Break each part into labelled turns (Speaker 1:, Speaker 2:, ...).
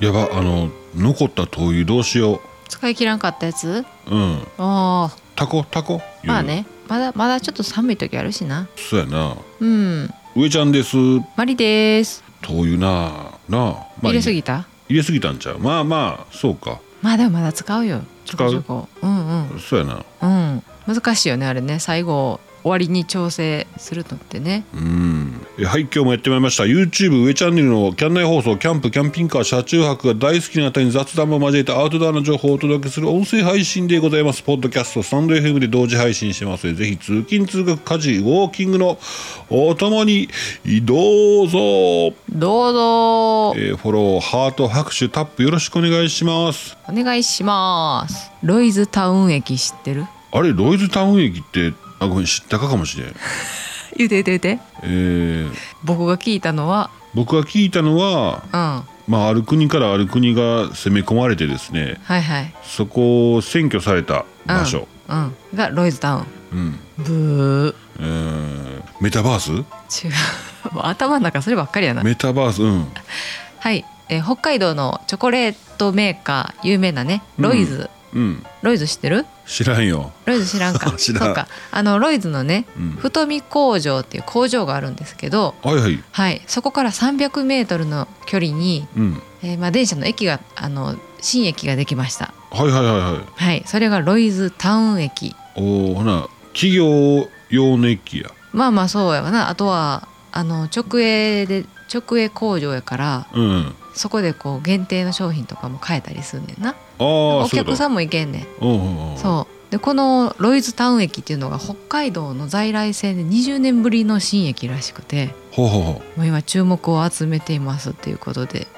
Speaker 1: やばあの残った灯油どうしよ
Speaker 2: 使い切らんかったやつ
Speaker 1: ううん
Speaker 2: ああ
Speaker 1: タコタコ
Speaker 2: まあねまだまだちょっと寒い時あるしな
Speaker 1: そうやな
Speaker 2: うん
Speaker 1: 上ちゃんです
Speaker 2: マリです
Speaker 1: 灯油ななあ、まあ、
Speaker 2: 入れす
Speaker 1: い
Speaker 2: ぎた
Speaker 1: 入れすぎたんちゃうまあまあそうか
Speaker 2: まあでもまだ使うよ
Speaker 1: 使う
Speaker 2: ちょこちょこうんうん
Speaker 1: そうやな
Speaker 2: うん難しいよねあれね最後終わりに調整するのってね
Speaker 1: うんえはい今日もやってまいりました YouTube 上チャンネルのキャン内放送キャンプキャンピングカー車中泊が大好きな方に雑談も交えたアウトドアの情報をお届けする音声配信でございますポッドキャストスタンド FM で同時配信してますのでぜひ通勤通学家事ウォーキングのお供にどうぞ
Speaker 2: どうぞお
Speaker 1: えーフォローハート拍手タップよろしくお願いします
Speaker 2: 願いしますロイズタウン駅知ってる
Speaker 1: あれロイズタウン駅ってあごめん知ったかかもしれん
Speaker 2: 言うて言うて言うて
Speaker 1: えー
Speaker 2: 僕が聞いたのは
Speaker 1: 僕が聞いたのは
Speaker 2: うんは
Speaker 1: まあある国からある国が攻め込まれてですね
Speaker 2: いはい
Speaker 1: そこを占拠された場所
Speaker 2: うんがロイズタウン
Speaker 1: うん、
Speaker 2: ブ
Speaker 1: えーメタバー
Speaker 2: ー違う もう頭の中そればっかりやな
Speaker 1: スメタバースうん
Speaker 2: はい、えー北海道のチョコレートメーカー有名なねロイズ、
Speaker 1: うん
Speaker 2: ロイズ知ってる
Speaker 1: 知らんよ
Speaker 2: ロイズ知らんか
Speaker 1: 知らん
Speaker 2: そうかあのロイズのね、
Speaker 1: うん
Speaker 2: 太見工場っていう工場があるんですけど
Speaker 1: はいはい
Speaker 2: はいそこから300メートルの距離に、
Speaker 1: うん
Speaker 2: えーまあ、電車の駅があの新駅ができました
Speaker 1: はいはいはいはい
Speaker 2: はいそれがロイズタウン駅
Speaker 1: おーほな企業用の駅や
Speaker 2: まあまあそうやわなあとはあの直営で直営工場やから
Speaker 1: うん
Speaker 2: そこでこう限定の商品とかも買えたりすんねんな
Speaker 1: ああー
Speaker 2: お
Speaker 1: そう
Speaker 2: 客
Speaker 1: だ
Speaker 2: さんも行けんねん
Speaker 1: うんうんうん
Speaker 2: そうでこのロイズタウン駅っていうのが北海道の在来線で20年ぶりの新駅らしくて
Speaker 1: ほうほうほ
Speaker 2: もう今注目を集めていますっていうことで
Speaker 1: うへ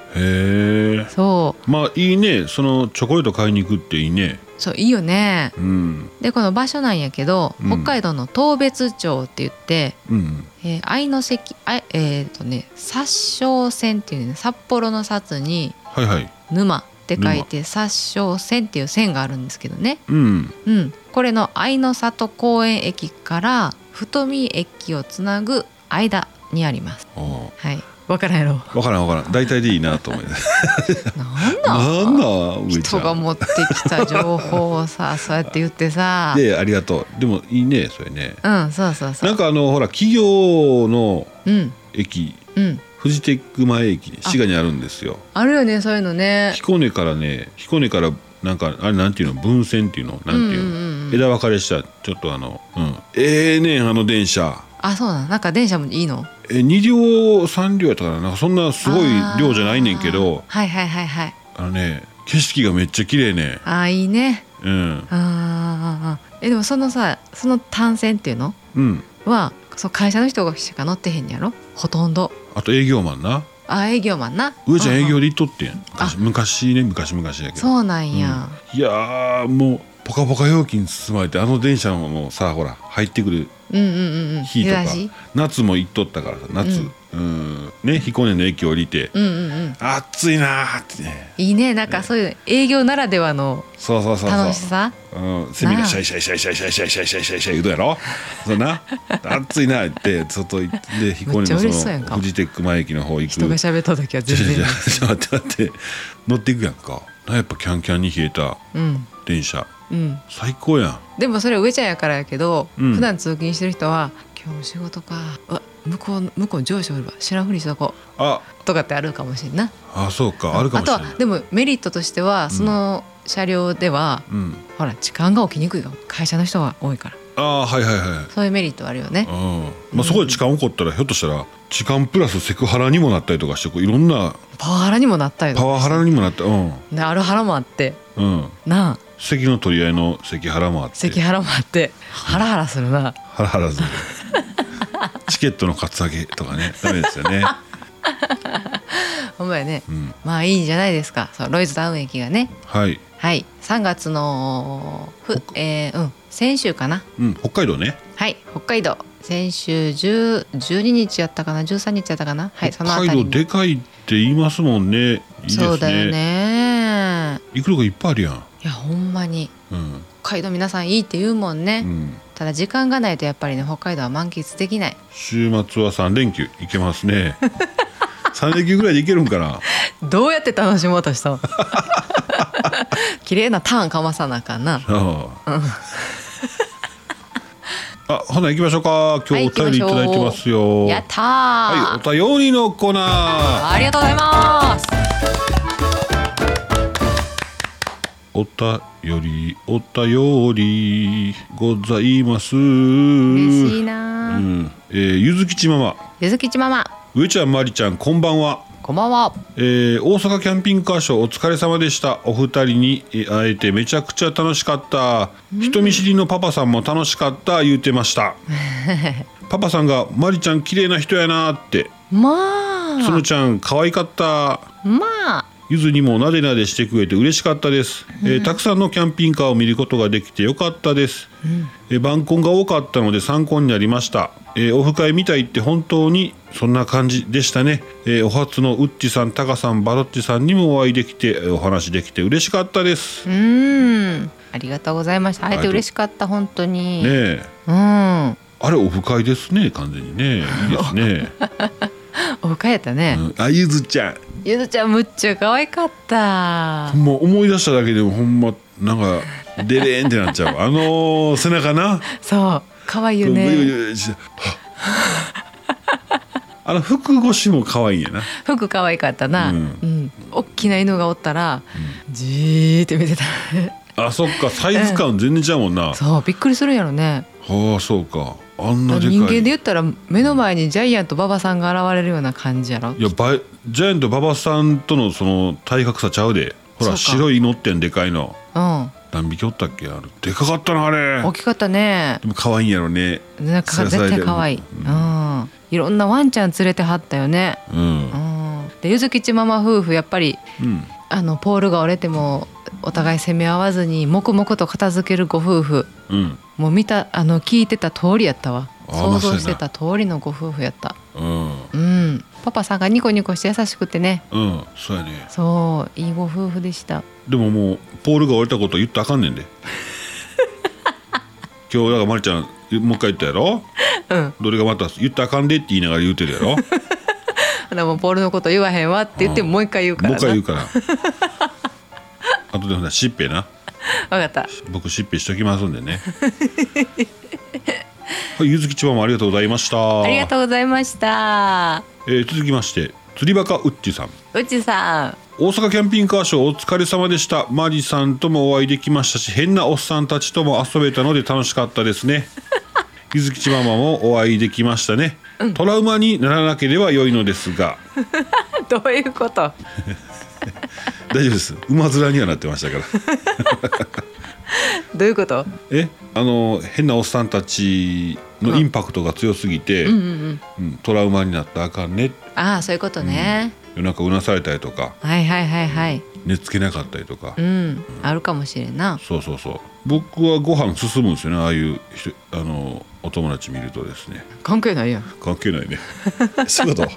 Speaker 1: え
Speaker 2: そ
Speaker 1: まあいいねそのチョコレート買いに行くっていいね
Speaker 2: うそういいよね
Speaker 1: うん
Speaker 2: でこの場所なんやけど
Speaker 1: うん
Speaker 2: 北海道の当別町って言って、
Speaker 1: うん
Speaker 2: えー愛の関あえー、とね殺傷線っていうね札幌の札に
Speaker 1: はいはい
Speaker 2: 沼って書いて殺傷線っていう線があるんですけどね
Speaker 1: うん
Speaker 2: うん、これの愛の里公園駅から太見駅をつなぐ間にあります。
Speaker 1: あー
Speaker 2: はい、わからんやろ。
Speaker 1: わからんわからん大体でいいなと思います
Speaker 2: なん
Speaker 1: な
Speaker 2: なん
Speaker 1: だ上ち
Speaker 2: 人
Speaker 1: ゃ
Speaker 2: が
Speaker 1: ん
Speaker 2: 持ってきた情報を さ、そうやって言ってさ。
Speaker 1: でありがとうでもいいねそれね
Speaker 2: うん、そうそうそ
Speaker 1: なん
Speaker 2: う。
Speaker 1: かあのほら企業の
Speaker 2: うん、
Speaker 1: 駅
Speaker 2: うん、
Speaker 1: フジテック前駅に滋賀にあるんですよ
Speaker 2: あるよね、そういうのね。
Speaker 1: 彦根からね彦根からなんかあれなんていうの分線っていうのなんていうの、
Speaker 2: うんうんうんうん
Speaker 1: 枝分かれしたちょっとあの、うん、ええねんあの電車
Speaker 2: あ、そうなん、なんか電車もいいの。
Speaker 1: え2両3両やったかななんかそんなすごい量じゃないねんけど
Speaker 2: あーはいはいはいはい。
Speaker 1: あのね景色がめっちゃ綺麗ね
Speaker 2: あー、いいね。
Speaker 1: うん
Speaker 2: あーあーあー、え、でも、そのさ、その単線っていうの
Speaker 1: うん
Speaker 2: は、そう、会社の人がしか乗ってへんやろ。ほとんど。
Speaker 1: あと営業マンな
Speaker 2: あ営業マンな
Speaker 1: 上ちゃん
Speaker 2: うう
Speaker 1: 営業で行っとってん
Speaker 2: あ
Speaker 1: 昔昔ね昔昔だけど
Speaker 2: そうなんや、
Speaker 1: いやーもうポカポカ容器に包まれてあの電車ももうさほら入ってくる
Speaker 2: うん、うんうんうん
Speaker 1: 日とか
Speaker 2: 日差し
Speaker 1: 夏も行っとったからさ夏、うん、ね彦根の駅降りて、
Speaker 2: うんうんうん
Speaker 1: 暑いなーってね
Speaker 2: いいねなんかそういう営業ならではの
Speaker 1: そうそうそうそう
Speaker 2: 楽しさ
Speaker 1: うん、セミがシャイシャイシャイシャイシャイシャイシャイシャイシャイシャイ言うとやろそうな暑いなーって外行って彦根
Speaker 2: めっちゃ
Speaker 1: の
Speaker 2: 嬉し
Speaker 1: そ
Speaker 2: そうやん
Speaker 1: の
Speaker 2: か
Speaker 1: フジテック前駅の方行く
Speaker 2: 人が喋った時は全
Speaker 1: いやい
Speaker 2: 然
Speaker 1: や ちょっと待って待って乗っていくやんかなやっぱキャンキャンに冷えた
Speaker 2: うん
Speaker 1: 電車
Speaker 2: うん
Speaker 1: 最高やん
Speaker 2: でもそれ上ちゃんやからやけど、
Speaker 1: うん
Speaker 2: 普段通勤してる人は「今日も仕事かうわ向こう向こう上司おるわ知らんふりしとこ
Speaker 1: あ
Speaker 2: う」とかってあるかもしれんな
Speaker 1: あそうかあるかもしれない
Speaker 2: あとはでもメリットとしてはその車両では、
Speaker 1: うん、
Speaker 2: ほら時間が起きにくいかも会社の人が多いから
Speaker 1: ああはいはいはい
Speaker 2: そういうメリットはあるよね
Speaker 1: うんまあ、そこで痴漢起こったらひょっとしたら痴漢プラスセクハラにもなったりとかしてこういろんな
Speaker 2: パワハラにもなったよ
Speaker 1: パワハラにもなったうん
Speaker 2: でアルハラもあって
Speaker 1: うん
Speaker 2: なあ
Speaker 1: 席の取り合いの関ハラもあって
Speaker 2: 関ハラもあってハラハラするな
Speaker 1: ハラハラする チケットのカツアゲとかねダメですよね、
Speaker 2: ほんまやね
Speaker 1: うん、
Speaker 2: まあいいんじゃないですかそうロイズダウン駅がね
Speaker 1: はい、
Speaker 2: はい3月のふ、えーうん先週かな
Speaker 1: うん、北海道ね
Speaker 2: はい北海道先週10 12日やったかな13日やったかなはい
Speaker 1: 北
Speaker 2: そのあたり
Speaker 1: 海道
Speaker 2: に
Speaker 1: でかいって言いますもんねいいですね
Speaker 2: そうだよね
Speaker 1: いくらがいっぱいあるやん
Speaker 2: いやほんまに
Speaker 1: うん、
Speaker 2: 北海道皆さんいいって言うもんね、
Speaker 1: うん、
Speaker 2: ただ時間がないとやっぱりね北海道は満喫できない
Speaker 1: 週末は三連休行けますね三連休ぐらいで行けるんかな
Speaker 2: どうやって楽しもうとしたん 綺麗なターンかまさなあかんな
Speaker 1: ああ あほな行きましょうか今日お便りいただいてますよ、
Speaker 2: やったー、
Speaker 1: はい、お便りのコーナー。
Speaker 2: ありがとうございます
Speaker 1: お便り、お便り、ございます。
Speaker 2: 嬉し
Speaker 1: う
Speaker 2: いなー、
Speaker 1: ん、えー、ゆずきちママ、
Speaker 2: ゆずきちママ
Speaker 1: 上ちゃん、まりちゃん、こんばんは。
Speaker 2: こんばんは
Speaker 1: えー大阪キャンピングカーショーお疲れ様でしたお二人にえー会えてめちゃくちゃ楽しかった人見知りのパパさんも楽しかった言うてました パパさんが「まりちゃん綺麗な人やな」って
Speaker 2: ま
Speaker 1: 「つ
Speaker 2: あ
Speaker 1: むちゃん可愛かった」
Speaker 2: まあ
Speaker 1: ゆずにもなでなでしてくれて嬉しかったです、えーたくさんのキャンピングカーを見ることができてよかったです、えー晩婚が多かったので参考になりました、えーオフ会みたいって本当にそんな感じでしたね、えーお初のウッチさんタカさんバロッチさんにもお会いできてえーお話できて嬉しかったです、
Speaker 2: うーんありがとうございました会えて嬉しかった本当に、
Speaker 1: ねえ
Speaker 2: うん
Speaker 1: あれオフ会ですね完全にねいいですね、
Speaker 2: お迎えたね、
Speaker 1: うんあゆずちゃん
Speaker 2: ゆずちゃんむっちゃ可愛かった
Speaker 1: ほんま思い出しただけでもほんまなんかデレーンってなっちゃうあのー背中な
Speaker 2: そう可愛いよ
Speaker 1: ブヨブ
Speaker 2: ね
Speaker 1: ヨブヨしてはっあの服越しも可愛いんやな。
Speaker 2: 服可愛かったな、
Speaker 1: う
Speaker 2: うんん大きな犬がおったら、じーって見てた
Speaker 1: あ、そっか、サイズ感全然ちゃうもんな。
Speaker 2: そうびっくりするんやろね
Speaker 1: ああ、そうか。あんなでかい。
Speaker 2: 人間で言ったら目の前にジャイアント馬場さんが現れるような感じやろ
Speaker 1: いや、ばい、ジャイアント馬場さんとのその体格差ちゃうで。ほ
Speaker 2: そ
Speaker 1: ら、
Speaker 2: うか
Speaker 1: 白いのってんでかいの。
Speaker 2: うん
Speaker 1: 何匹おったっけ、あれ、でかかったな、あれ。
Speaker 2: 大きかったね
Speaker 1: でも可愛いんやろね。
Speaker 2: なん
Speaker 1: そ
Speaker 2: か
Speaker 1: れそれで
Speaker 2: 絶対可愛い、
Speaker 1: う
Speaker 2: うんんいろんなワンちゃん連れてはったよね、
Speaker 1: うん
Speaker 2: う。ん、でゆずきちママ夫婦やっぱり
Speaker 1: うん。
Speaker 2: あのポールが折れてもお互い攻め合わずに黙々と片付けるご夫婦
Speaker 1: うん。
Speaker 2: もう見たあの聞いてた通りやったわ
Speaker 1: あ
Speaker 2: 想像し
Speaker 1: そうや
Speaker 2: て
Speaker 1: な
Speaker 2: た通りのご夫婦やった
Speaker 1: うん。
Speaker 2: うんパパさんがニコニコして優しくてね
Speaker 1: うん。そうやね。
Speaker 2: そういいご夫婦でした
Speaker 1: でももうポールが折れたことは言ったらあかんねんで今日だからまりちゃんもう一回言ったやろ
Speaker 2: うん
Speaker 1: どれがまた言ったらあかんでって言いながら言うてるやろも う
Speaker 2: でもポールのこと言わへんわって言って
Speaker 1: うん
Speaker 2: もう一回言うから
Speaker 1: 一回
Speaker 2: な
Speaker 1: 言
Speaker 2: 分
Speaker 1: うからあとでほなしっぺな
Speaker 2: かった
Speaker 1: 僕しっぺしときますんで ねはいゆずきちばもありがとうございました
Speaker 2: ありがとうございました
Speaker 1: えー続きまして釣りバカウッチさん
Speaker 2: うちさん
Speaker 1: 大阪キャンピングカーショーお疲れ様でしたマリさんともお会いできましたし変なおっさんたちとも遊べたので楽しかったです ねゆずきちママもお会いできましたね、トラウマにならなければ良いのですが
Speaker 2: どういうこと
Speaker 1: 大丈夫です馬面にはなってましたから
Speaker 2: どういうこと
Speaker 1: えあの変なおっさんたちのインパクトが強すぎて、
Speaker 2: うんうん
Speaker 1: うんトラウマになったらあかんね
Speaker 2: ああそういうことね、
Speaker 1: 夜中うなされたりとか
Speaker 2: はいはいはいはい
Speaker 1: 寝つけなかったりとか、
Speaker 2: うんあるかもしれんな
Speaker 1: そうそうそう僕はご飯進むんですよねああいう人あのお友達見るとですね
Speaker 2: 関係ないやん
Speaker 1: 関係 ないねそういうこと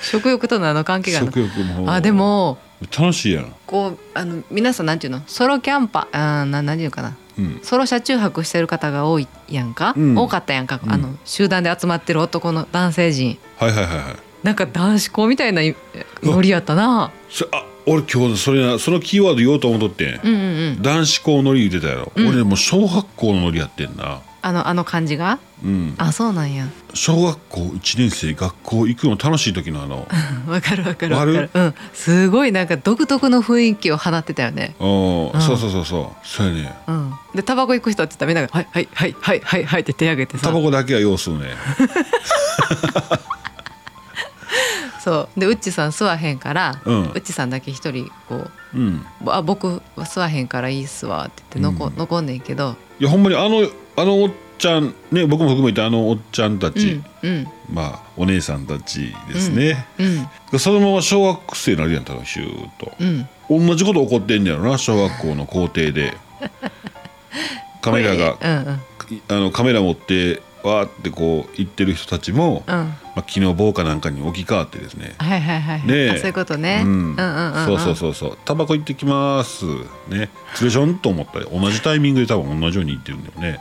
Speaker 2: 食欲とのあの関係がな
Speaker 1: 食欲も
Speaker 2: あでも
Speaker 1: 楽しいやん
Speaker 2: こうあの皆さんなんていうのソロキャンパあーななんていうのかな
Speaker 1: うん
Speaker 2: ソロ車中泊してる方が多いやんか、
Speaker 1: うん
Speaker 2: 多かったやんか、
Speaker 1: うん
Speaker 2: あの集団で集まってる男の男性陣
Speaker 1: はいはいはいはい
Speaker 2: なんか男子校みたいなえノリやったな
Speaker 1: そあ俺今日それなそのキーワード言おうと思っとってん
Speaker 2: うんうんうん
Speaker 1: 男子校のり言うてたやろ、
Speaker 2: うん
Speaker 1: 俺もう小学校のりやってんな
Speaker 2: あのあの感じが
Speaker 1: うん
Speaker 2: あそうなんや
Speaker 1: 小学校1年生学校行くの楽しい時のあの
Speaker 2: わかるわかるわかるうんすごいなんか独特の雰囲気を放ってたよね
Speaker 1: おー
Speaker 2: うん
Speaker 1: そうそうそうそうそうやね
Speaker 2: うんでタバコ行く人って言ったらみんなが「はいはいはいはいはいはい」って手挙げて
Speaker 1: タ
Speaker 2: さ
Speaker 1: バコだけは要するね
Speaker 2: そうでウッチさん吸わへんから、
Speaker 1: う
Speaker 2: うんっウッチさんだけ一人こう
Speaker 1: うん
Speaker 2: 「あ僕は吸わへんからいいっすわ」って言って残,、
Speaker 1: うん
Speaker 2: 残んねんけど、
Speaker 1: いやほんまにあのあのおっちゃんね僕も含めてあのおっちゃんた
Speaker 2: う
Speaker 1: ち
Speaker 2: ん、うん
Speaker 1: まあお姉さんたちですね、
Speaker 2: うん
Speaker 1: そのまま小学生になるやんたらシューッと
Speaker 2: うん
Speaker 1: 同じこと起こってんねやろな小学校 の校庭でカメラが
Speaker 2: うんうん
Speaker 1: あのカメラ持ってわーってこう行ってる人たちも、
Speaker 2: うん、はい
Speaker 1: まあ、昨日防火なんかに置き換わってですね
Speaker 2: はいは
Speaker 1: ね
Speaker 2: い
Speaker 1: え
Speaker 2: あそういうことね、
Speaker 1: うん
Speaker 2: うんうんうん
Speaker 1: そうそうそうそうタバコ行ってきますね連れしょんと思ったら同じタイミングで多分同じように行ってるんだよね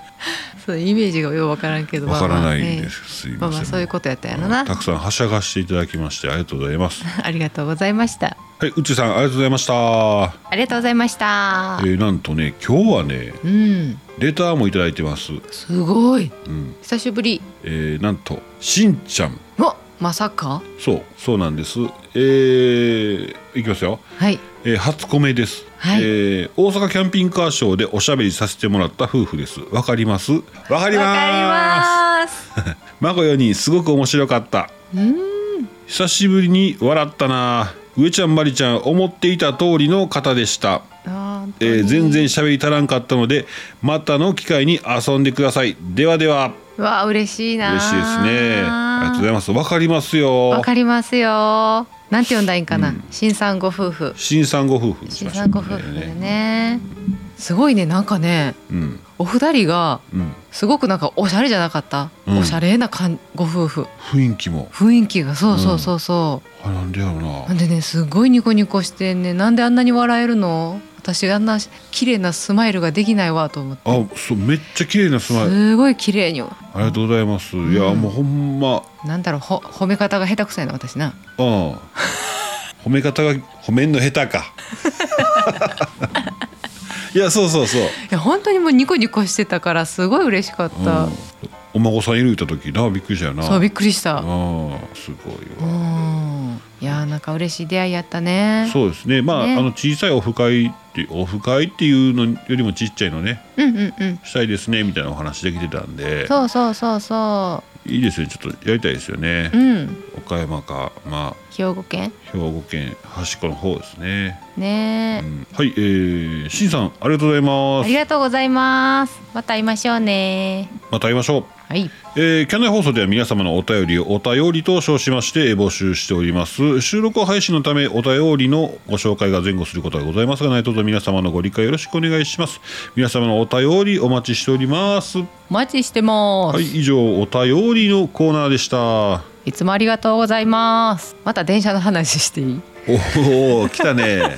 Speaker 2: そうイメージがようわからんけど
Speaker 1: わからない
Speaker 2: まあまあ
Speaker 1: んで
Speaker 2: ね
Speaker 1: す、すい
Speaker 2: まあ
Speaker 1: ません、
Speaker 2: まあそういうことやったんやろな
Speaker 1: たくさんはしゃがしていただきましてありがとうございます
Speaker 2: ありがとうございました
Speaker 1: はいうちさんありがとうございました、
Speaker 2: ありがとうございまし
Speaker 1: え
Speaker 2: た
Speaker 1: ーなんとね今日はね
Speaker 2: うん
Speaker 1: レターもいただいてます、
Speaker 2: すごい
Speaker 1: うん
Speaker 2: 久しぶり
Speaker 1: えーなんとしんちゃん
Speaker 2: おまさか
Speaker 1: そうそうなんですえー、いきますよ
Speaker 2: はい
Speaker 1: えー初コメです、
Speaker 2: はい
Speaker 1: えー大阪キャンピングカーショーでおしゃべりさせてもらった夫婦ですわかりますわかり
Speaker 2: わ
Speaker 1: ます
Speaker 2: かります
Speaker 1: 孫よにすごく面白かった久しぶりに笑ったな上ちゃんまりちゃん思っていた通りの方でした、
Speaker 2: あー
Speaker 1: えー全然喋り足らんかったのでまたの機会に遊んでくださいではでは
Speaker 2: わあ嬉しいな
Speaker 1: 嬉しいですねありがとうございますわかりますよ
Speaker 2: わかりますよなんて呼んだらいいんかな、新産ご夫婦
Speaker 1: 新産ご夫婦にし
Speaker 2: 新
Speaker 1: ましょ
Speaker 2: 産
Speaker 1: う
Speaker 2: ご夫婦でねすごいねなんかね
Speaker 1: うん
Speaker 2: お二人が
Speaker 1: うん
Speaker 2: すごくなんかおしゃれじゃなかった、
Speaker 1: うん
Speaker 2: おしゃれなかんご夫婦
Speaker 1: 雰囲気も
Speaker 2: 雰囲気がそうそうそうそう、
Speaker 1: あなんでやろうな
Speaker 2: なんでねすごいニコニコしてんねなんであんなに笑えるの私あんな綺麗なスマイルができないわと思って
Speaker 1: あそうめっちゃ綺麗なスマイル
Speaker 2: すごい綺麗に
Speaker 1: ありがとうございます、いやもうほんま
Speaker 2: なんだろうほ褒め方が下手くそやな私な
Speaker 1: うん褒め方が褒めんの下手 かいやそうそうそう、
Speaker 2: いや本当にもうニコニコしてたからすごい嬉しかっ
Speaker 1: うん
Speaker 2: た、
Speaker 1: お孫さんいる言った時なびっくりしたよな
Speaker 2: そうびっくりし
Speaker 1: あ
Speaker 2: た
Speaker 1: あすご
Speaker 2: う
Speaker 1: いわ、
Speaker 2: んいやーなんか嬉しい出会いやったね
Speaker 1: そうですねまあ
Speaker 2: ね
Speaker 1: あの小さいオフ会ってオフ会っていうのよりもちっちゃいのね
Speaker 2: うんうんうん
Speaker 1: したいですねみたいなお話できてたんで
Speaker 2: そうそうそうそ
Speaker 1: いいですねちょっとやりたいですよね
Speaker 2: ううん
Speaker 1: 岡山かまあ
Speaker 2: 兵庫県
Speaker 1: 兵庫県端っこの方ですね
Speaker 2: ね
Speaker 1: う
Speaker 2: え、
Speaker 1: んはい、えー、しんさんありがとうございま
Speaker 2: あ
Speaker 1: す
Speaker 2: り。がとうございますまた会いましょうね
Speaker 1: また会いましょう。
Speaker 2: はい
Speaker 1: えー、キャンナイ放送では皆様のお便りをお便りと称しましてえー募集しております収録を配信のためお便りのご紹介が前後することがございますが何卒皆様のご理解よろしくお願いします皆様のお便りお待ちしておりますは
Speaker 2: お待ちしてます、
Speaker 1: い以上お便りのコーナーでした
Speaker 2: いつもありがとうございます。また電車の話していい？
Speaker 1: おお来たね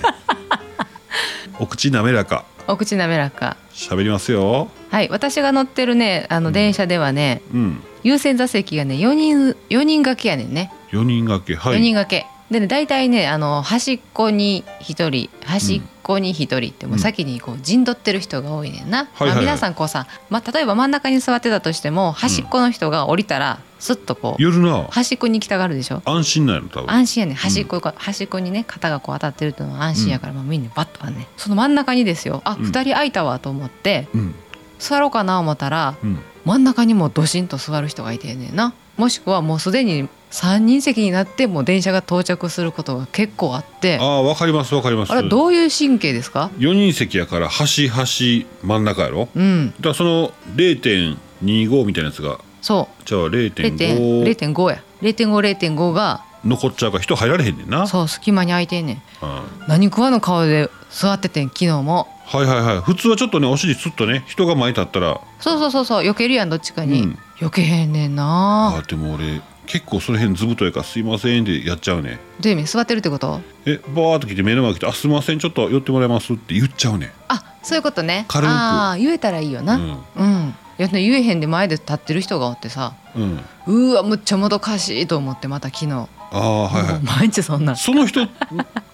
Speaker 1: お口滑らか
Speaker 2: お口滑らか。
Speaker 1: 喋りますよ
Speaker 2: はい、私が乗ってるね、あの電車ではね、
Speaker 1: うん
Speaker 2: 優先座席がね、4人4人掛けやねんね。
Speaker 1: 4人掛けは
Speaker 2: 4
Speaker 1: い
Speaker 2: 人掛け。でね、大体ね、あの端っこに1人、端っこに1人ってもう先にこう陣取ってる人が多いねん
Speaker 1: は
Speaker 2: な。
Speaker 1: いはいはい
Speaker 2: まあ皆さんこうさ、まあ例えば真ん中に座ってたとしても、端っこの人が降りたら、すっとこう
Speaker 1: 夜な
Speaker 2: 端っこに行きたがるでしょ。
Speaker 1: 安心なんやろ多分
Speaker 2: 安心やね端っこ、端っこにね肩がこう当たってるっていうのは安心やから、まあ、みんなバッとはねその真ん中にですよあ、
Speaker 1: うん
Speaker 2: 二2人空いたわと思って
Speaker 1: うん
Speaker 2: 座ろうかな思ったら
Speaker 1: うん
Speaker 2: 真ん中にもドシンと座る人がいてんねんなもしくはもうすでに3人席になってもう電車が到着することが結構あって
Speaker 1: あ
Speaker 2: あ
Speaker 1: あわかりますわかります
Speaker 2: れはどういう神経ですか
Speaker 1: 4人席やから端端真ん中やろだか
Speaker 2: うん
Speaker 1: らその0.25みたいなやつが
Speaker 2: そ
Speaker 1: じゃあ
Speaker 2: う0.5
Speaker 1: 0.5
Speaker 2: 0.5や0.50.5が
Speaker 1: 残っちゃうから人入られへんねんな、うん、
Speaker 2: そう隙間に空いてんねん
Speaker 1: は
Speaker 2: 何食わぬ顔で座っててん昨日も
Speaker 1: いはいはい普通はちょっとねお尻すっとね人が前立ったら
Speaker 2: そうそうそうそう避けるやんどっちかに、
Speaker 1: うん
Speaker 2: 避けへんねんな
Speaker 1: ああでも俺結構その辺ずぶといから「すいません」でやっちゃうね
Speaker 2: どういう意味座ってるってこと
Speaker 1: えバーッと来て目の前来て「あすいませんちょっと寄ってもらえます」って言っちゃうね
Speaker 2: あそういうことね
Speaker 1: 軽く
Speaker 2: ああ言えたらいいよ
Speaker 1: う
Speaker 2: なうん、
Speaker 1: ん
Speaker 2: いや言えへんで前で立ってる人がおってさ
Speaker 1: うん
Speaker 2: うーわむっちゃもどかしいと思ってまた昨日、
Speaker 1: ああはいは
Speaker 2: もう
Speaker 1: い
Speaker 2: 毎日そんな
Speaker 1: その人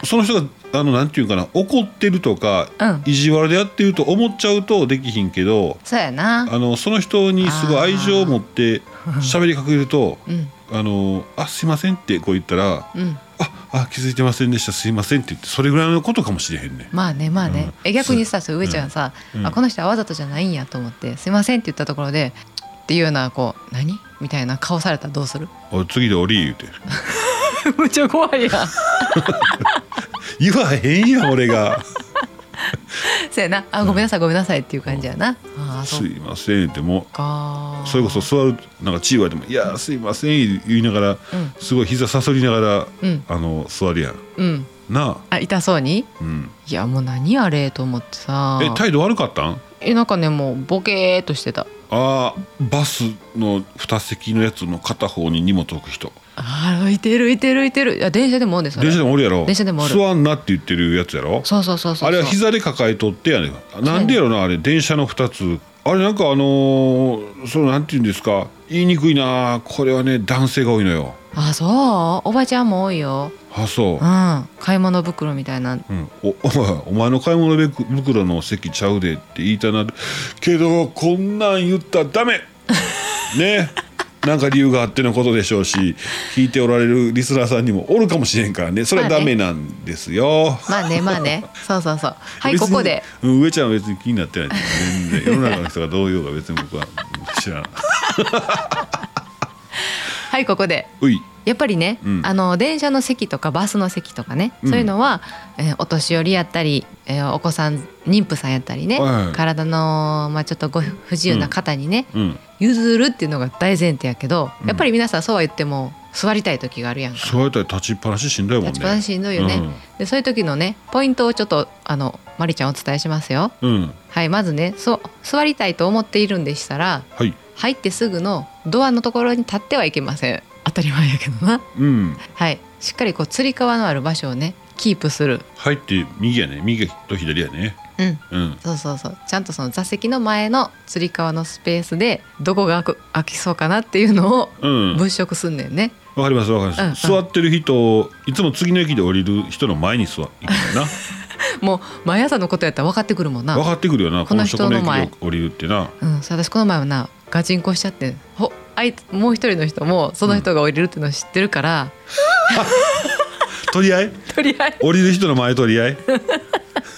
Speaker 1: その人があのなんていうかな怒ってるとか
Speaker 2: うん
Speaker 1: 意地悪でやってると思っちゃうとできひんけど
Speaker 2: そうやな
Speaker 1: あのその人にすごい愛情を持っ て喋りかけると
Speaker 2: うん
Speaker 1: 「あのあすいません」ってこう言ったら
Speaker 2: うん
Speaker 1: 「ああ気づいてませんでしたすいません」って言ってそれぐらいのことかもしれへんね
Speaker 2: まあねまあね、
Speaker 1: うん
Speaker 2: え逆にさそう上ちゃんさ、
Speaker 1: うん
Speaker 2: あこの人はわざとじゃないんやと思って「すいません」って言ったところでっていうようなこう「何?」みたいな顔されたらどうする
Speaker 1: おい次で降り言うて
Speaker 2: むっちゃ怖いやん
Speaker 1: 「言わへんやん俺が
Speaker 2: そうやなあごめんなさいごめんなさいっていう感じやな、 ああそ
Speaker 1: す
Speaker 2: う
Speaker 1: いません」っても
Speaker 2: か
Speaker 1: うそれこそ座るなんかチー言われても「いやーすいません」言いながら
Speaker 2: うん
Speaker 1: すごい膝さそりながら
Speaker 2: うん
Speaker 1: あの座るやん
Speaker 2: うん
Speaker 1: な
Speaker 2: あ痛そうに
Speaker 1: あうん
Speaker 2: いやもう何あれと思ってさ
Speaker 1: え態度悪かったん
Speaker 2: えなんかねもうボケーっとしてた
Speaker 1: あーバスの2席のやつの片方に荷物置く人
Speaker 2: あーいてるいてるいてるいや電車でもおんでそれ
Speaker 1: 電車でもおるやろ
Speaker 2: 電車でもおる
Speaker 1: 座んなって言ってるやつやろ
Speaker 2: そうそうそうそう
Speaker 1: あれは膝で抱えとってやねんなんでやろなあれ電車の2つあれなんかあのーそのなんて言うんですか言いにくいなこれはね男性が多いのよ
Speaker 2: あそうおばちゃんも多いよ
Speaker 1: あそう
Speaker 2: う、ん買い物袋みたいな
Speaker 1: うん、おお 前お前の買い物べく袋の席ちゃうでって言いたなるけどこんなん言ったらダ メねなんか理由があってのことでしょうし聞いておられるリスナーさんにもおるかもしれんからねそれはダメなんですよ。
Speaker 2: まあねまあねそうそうそうはい
Speaker 1: 別
Speaker 2: こ
Speaker 1: に
Speaker 2: こで
Speaker 1: うん上ちゃんは別に気になってない全然世の中の人がどう言おうか別に僕は知らん。
Speaker 2: はいここで
Speaker 1: うい
Speaker 2: やっぱりね、
Speaker 1: うん
Speaker 2: あの電車の席とかバスの席とかね、
Speaker 1: うん
Speaker 2: そういうのは、えーお年寄りやったり、えーお子さん妊婦さんやったりね、
Speaker 1: はい
Speaker 2: 体の、まあ、ちょっとご不自由な方にね、
Speaker 1: うん、
Speaker 2: 譲るっていうのが大前提やけど、
Speaker 1: うん
Speaker 2: やっぱり皆さんそうは言っても座りたい時があるやんか
Speaker 1: そうやったら立ちっぱなししんどいもんね。
Speaker 2: 立ちっぱなししんどいよね、でそういう時のねポイントをちょっとあのまりちゃんお伝えしますよ
Speaker 1: うん、うん、
Speaker 2: はいまずねそう座りたいと思っているんでしたら
Speaker 1: はい、
Speaker 2: 入ってすぐのドアのところに立ってはいけません当たり前やけどな
Speaker 1: うん、
Speaker 2: はい、しっかりこうつり革のある場所をねキープする、
Speaker 1: 入って右やね右と左やね。
Speaker 2: うん、
Speaker 1: うん、
Speaker 2: そうそうそうちゃんとその座席の前のつり革のスペースでどこが開く開きそうかなっていうのを
Speaker 1: うん。
Speaker 2: 物色すんだよね、
Speaker 1: わかりますわかります、
Speaker 2: うんうん
Speaker 1: 座ってる人いつも次の駅で降りる人の前に座行くよ
Speaker 2: もう毎朝のことやったら分かってくるもん
Speaker 1: な
Speaker 2: な
Speaker 1: 分かってくるよな
Speaker 2: この人の前
Speaker 1: この人この駅で降りるってな
Speaker 2: うん、そう私この前はなガチンコしちゃってほあいもう一人の人もその人が降りるっていうのを知ってるから、
Speaker 1: 取り合い
Speaker 2: とりあえ
Speaker 1: 降りる人の前取り合い
Speaker 2: ず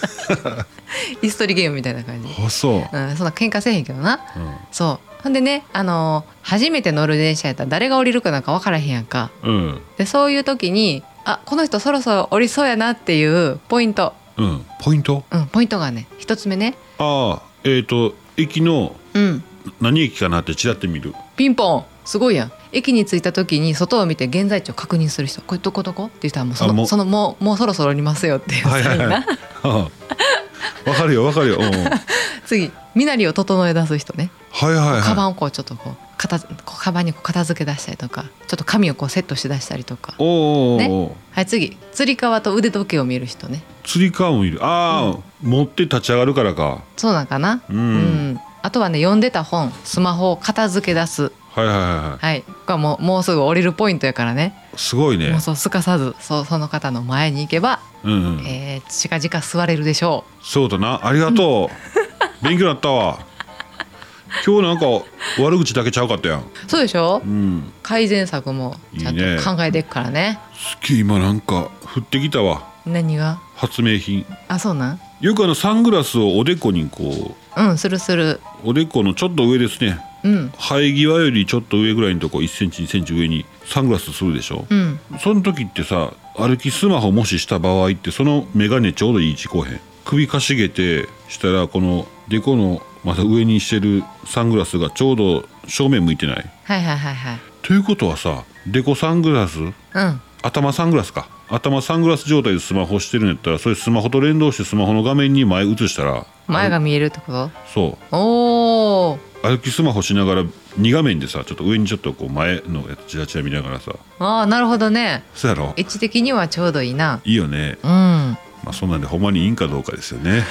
Speaker 2: 椅子取りゲームみたいな感じ、う
Speaker 1: あそう、
Speaker 2: ん、そんな喧嘩せえへんけどな
Speaker 1: う
Speaker 2: そうほんでね、あの初めて乗る電車やったら誰が降りるかなんか分からへんやんか、
Speaker 1: ん、うん
Speaker 2: でそういう時にあこの人そろそろ降りそうやなっていうポイント、
Speaker 1: うんポイント
Speaker 2: うん、ポイントがね一つ目ね、
Speaker 1: ああえっ、と駅の
Speaker 2: うん、
Speaker 1: 何駅かなってちらって見る
Speaker 2: ピンポンすごいやん駅に着いた時に外を見て現在地を確認する人これどこどこって言ったらもうその
Speaker 1: あも
Speaker 2: も
Speaker 1: う
Speaker 2: うそのもうもうそろそろ降りますよっていう
Speaker 1: はいはいはい
Speaker 2: な
Speaker 1: はあわかるよわかるよ、うんうん、はい
Speaker 2: 次身なりを整え出す人ね
Speaker 1: はいはい
Speaker 2: カバンをこうちょっとこう片づこうカバンにこう片付け出したりとかちょっと髪をこうセットして出したりとか
Speaker 1: おうおうおう
Speaker 2: はい次つり革と腕時計を見る人ね
Speaker 1: つり革もいるああ、持って立ち上がるからか
Speaker 2: そうなんかな
Speaker 1: うん
Speaker 2: うん、あとはね読んでた本スマホを片付け出す
Speaker 1: はいはいはいは
Speaker 2: はい、これはもうもうすぐ降りるポイントやからね、
Speaker 1: いすごい
Speaker 2: も
Speaker 1: ね
Speaker 2: うそうすかさずそうその方の前に行けば、
Speaker 1: うん、うん
Speaker 2: えー、近々座れるでしょ
Speaker 1: そうだなありがとう勉強になったわ今日なんか悪口だけちゃうかったやん
Speaker 2: うそうでしょ
Speaker 1: うん
Speaker 2: 改善策もちゃんと
Speaker 1: いいね
Speaker 2: 考えていくからね
Speaker 1: すっげえ今なんか降ってきたわ
Speaker 2: 何が
Speaker 1: 発明品
Speaker 2: あそうなん
Speaker 1: よくあのサングラスをおでこにこ
Speaker 2: うんするする
Speaker 1: うおでこのちょっと上ですね
Speaker 2: うん
Speaker 1: 生え際よりちょっと上ぐらいのとこ1センチ2センチ上にサングラスするでしょ
Speaker 2: うん
Speaker 1: その時ってさ歩きスマホもしした場合ってその眼鏡ちょうどいい位置こうへん首かしげてしたらこのデコのまた上にしてるサングラスがちょうど正面向いてない
Speaker 2: はいはいはいはい
Speaker 1: ということはさデコサングラス
Speaker 2: うん
Speaker 1: 頭サングラスか頭サングラス状態でスマホしてるんやったらそれスマホと連動してスマホの画面に前映したら
Speaker 2: 前が見えるってこと
Speaker 1: そう
Speaker 2: おー
Speaker 1: 歩きスマホしながら2画面でさちょっと上にちょっとこう前のやつチラチラ見ながらさ
Speaker 2: あーなるほどね
Speaker 1: そうやろ
Speaker 2: 位置的にはちょうどいいない
Speaker 1: いよね
Speaker 2: うん
Speaker 1: まあそんなんでほんまにいいんかどうかですよ ね。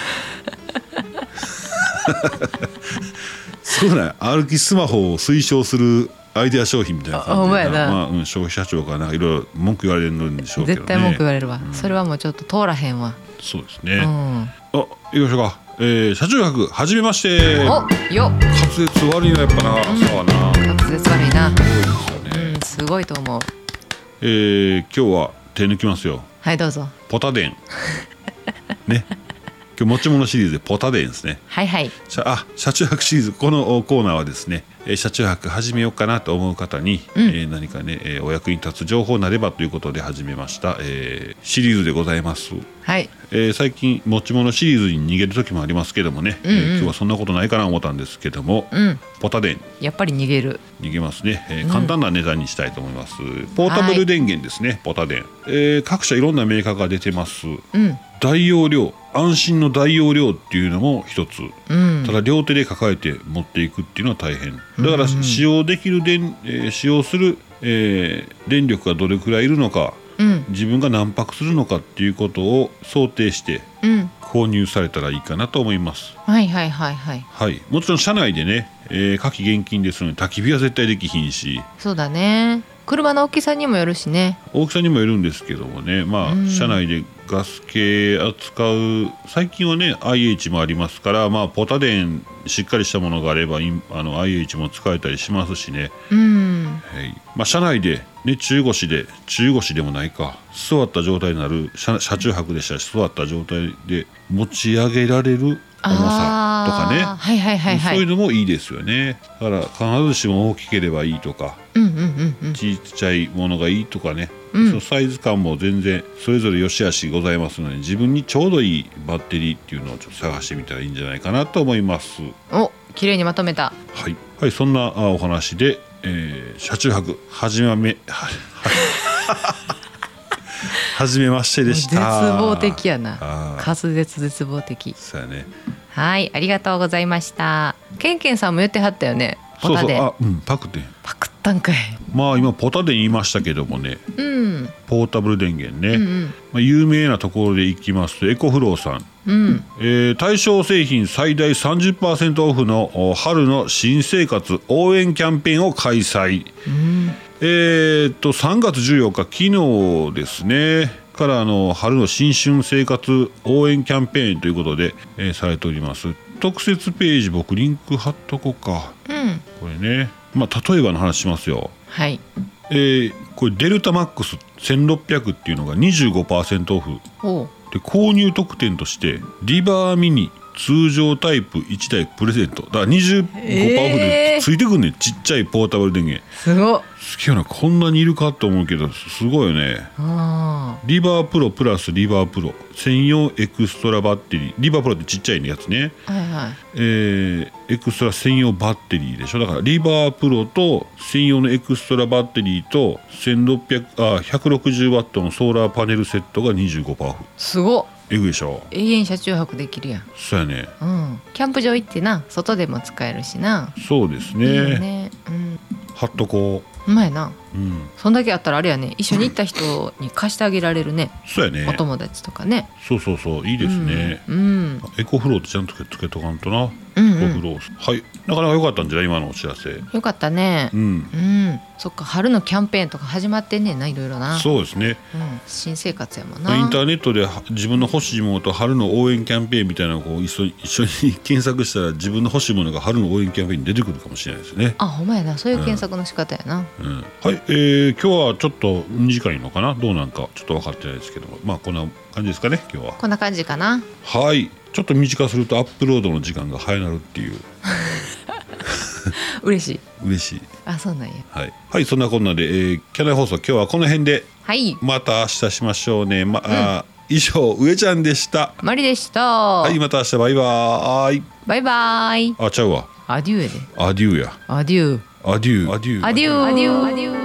Speaker 1: そうなん歩きスマホを推奨するアイデア商品みたいな
Speaker 2: あほ
Speaker 1: 感
Speaker 2: んま
Speaker 1: じ
Speaker 2: や
Speaker 1: でな
Speaker 2: な
Speaker 1: まあうん、消費者庁からなんかいろいろ文句言われるんでしょうけどね
Speaker 2: 絶対文句言われるわ、
Speaker 1: うん
Speaker 2: それはもうちょっと通らへんわ
Speaker 1: そうです
Speaker 2: う
Speaker 1: ね、
Speaker 2: ん
Speaker 1: あ行きましょうか、えー、車中泊はじめまして滑
Speaker 2: およっ
Speaker 1: 舌悪いなやっぱな、そうはな
Speaker 2: 滑舌悪いな
Speaker 1: 多いですよね、
Speaker 2: うん、すごいと思う。
Speaker 1: えー、今日は手抜きますよ
Speaker 2: はい、どうぞ。
Speaker 1: ポタデ ンね今日持ち物シリーズでポタデンですね
Speaker 2: はいはい。
Speaker 1: 車あ車中泊シリーズこのおコーナーはですねえー車中泊始めようかなと思う方に、
Speaker 2: うん
Speaker 1: えー何かね、えーお役に立つ情報になればということで始めました、えーシリーズでございます、
Speaker 2: はい。
Speaker 1: えー最近持ち物シリーズに逃げる時もありますけどもね、
Speaker 2: んうん
Speaker 1: えー今日はそんなことないかな思ったんですけども、
Speaker 2: うん。
Speaker 1: ポタ電
Speaker 2: やっぱり逃げる。
Speaker 1: 逃げますね、えー簡単な値段にしたいと思います、ポータブル電源ですねポタ電、えー各社いろんなメーカーが出てます
Speaker 2: うん。
Speaker 1: 大容量安心の大容量っていうのも一つ
Speaker 2: うん
Speaker 1: ただ両手で抱えて持っていくっていうのは大変だか
Speaker 2: う
Speaker 1: ら
Speaker 2: ん
Speaker 1: 使用できる電、えー使用する、えー電力がどれくらいいるのか
Speaker 2: うん
Speaker 1: 自分が何泊するのかっていうことを想定して
Speaker 2: うん
Speaker 1: 購入されたらいいかなと思います
Speaker 2: はいはいはいはい
Speaker 1: はいもちろん車内でね、えー、火気厳禁ですので焚き火は絶対できひんし
Speaker 2: そうだね車の大きさにもよるしね
Speaker 1: 大きさにもよるんですけどもねまあ、
Speaker 2: うん
Speaker 1: 車内でガス系扱う最近はね IH もありますからまあポタ電しっかりしたものがあればインあの IH も使えたりしますしね、
Speaker 2: うん
Speaker 1: はいまあ、車内で、ね、中腰で中腰でもないか座った状態になる車車中泊でしたら座った状態で持ち上げられる重さとかね
Speaker 2: あーはいはいはいはい
Speaker 1: そういうのもいいですよねだから必ずしも大きければいいとか
Speaker 2: うんうんうんうん
Speaker 1: ちっちゃいものがいいとかね、
Speaker 2: うん
Speaker 1: そのサイズ感も全然それぞれ良し悪しございますので自分にちょうどいいバッテリーっていうのをちょっと探してみたらいいんじゃないかなと思います
Speaker 2: お綺麗にまとめた
Speaker 1: はい、はい、そんなあお話で、えー車中泊はじめめははじめましてでし
Speaker 2: 絶
Speaker 1: た
Speaker 2: 望的や
Speaker 1: あ
Speaker 2: な
Speaker 1: ー
Speaker 2: 滑舌絶望的
Speaker 1: そうやね
Speaker 2: はいありがとうございましたケンケンさんも言ってはったよね
Speaker 1: そ
Speaker 2: ポ
Speaker 1: う
Speaker 2: タ
Speaker 1: そう
Speaker 2: で
Speaker 1: あうんパクテン
Speaker 2: パクったんかい
Speaker 1: まあ今ポタで言いましたけどもね
Speaker 2: うん
Speaker 1: ポータブル電源ね、
Speaker 2: うんうん
Speaker 1: まあ、有名なところでいきますとエコフローさん
Speaker 2: うん
Speaker 1: えー対象製品最大30%オフのお春の新生活応援キャンペーンを開催、えーっと3月14日昨日ですねからあの春の新春生活応援キャンペーンということで、えーされております特設ページ僕リンク貼っとこうか
Speaker 2: うん
Speaker 1: これねまあ例えばの話しますよ
Speaker 2: はい
Speaker 1: えーこれデルタマックス1600っていうのが25%オフ
Speaker 2: おう
Speaker 1: で購入特典としてリバーミニ通常タイプ1台プレゼントだから25%オフで
Speaker 2: えー
Speaker 1: ついてくんねん、ちっちゃいポータブル電源
Speaker 2: すごっ
Speaker 1: すげえなこんなにいるかと思うけどすすごいよね
Speaker 2: あ
Speaker 1: リバープロプラスリバープロ専用エクストラバッテリーリバープロってちっちゃいやつね
Speaker 2: ーはいはい
Speaker 1: えーエクストラ専用バッテリーでしょだからリバープロと専用のエクストラバッテリーと1600あ160ワットのソーラーパネルセットが25%オフ
Speaker 2: すごっ
Speaker 1: えぐいでしょ
Speaker 2: 永遠車中泊できるやん
Speaker 1: そうやね
Speaker 2: うんキャンプ場行ってな外でも使えるしな
Speaker 1: そうです
Speaker 2: い
Speaker 1: ね
Speaker 2: いよねうん
Speaker 1: 貼っとこ
Speaker 2: うまいな
Speaker 1: う、うん、
Speaker 2: そんだけあったらあれやね一緒に行った人に貸してあげられるね
Speaker 1: そうやね
Speaker 2: お友達とかね
Speaker 1: そうそうそういいですね、
Speaker 2: うん
Speaker 1: エコフローってちゃんとつけとかんとな、
Speaker 2: うん
Speaker 1: エコ
Speaker 2: う
Speaker 1: フ
Speaker 2: ん
Speaker 1: ローはいなかなか良かったんじゃない今のお知らせ
Speaker 2: よかったね
Speaker 1: うん
Speaker 2: うんそっか春のキャンペーンとか始まってんねんないろいろな
Speaker 1: そうですね
Speaker 2: うん新生活やもんな
Speaker 1: インターネットでは自分の欲しいものと春の応援キャンペーンみたいなのをこう一緒に一緒に検索したら自分の欲しいものが春の応援キャンペーンに出てくるかもしれないですね、
Speaker 2: あほんまやなそういう検索の仕方やな
Speaker 1: うん、はい、えー、今日はちょっと短いのかなどうなんかちょっと分かってないですけどもまあこんな感じですかね今日は
Speaker 2: こんな感じかな
Speaker 1: はいちょっと短くするとアップロードの時間が早なるっていう
Speaker 2: 嬉しい
Speaker 1: 嬉しい
Speaker 2: あそうなんや
Speaker 1: はい、はい、そんなこんなで、えー、キャナイ放送今日はこの辺で
Speaker 2: はい
Speaker 1: また明日しましょうねま、あー以上上ちゃんでした
Speaker 2: マリでした
Speaker 1: はいまた明日バイバーイ
Speaker 2: バイバイ
Speaker 1: あちゃうわ
Speaker 2: アデューやで
Speaker 1: アデューや
Speaker 2: アデュー
Speaker 1: アデューアデュー
Speaker 2: アデューアデュー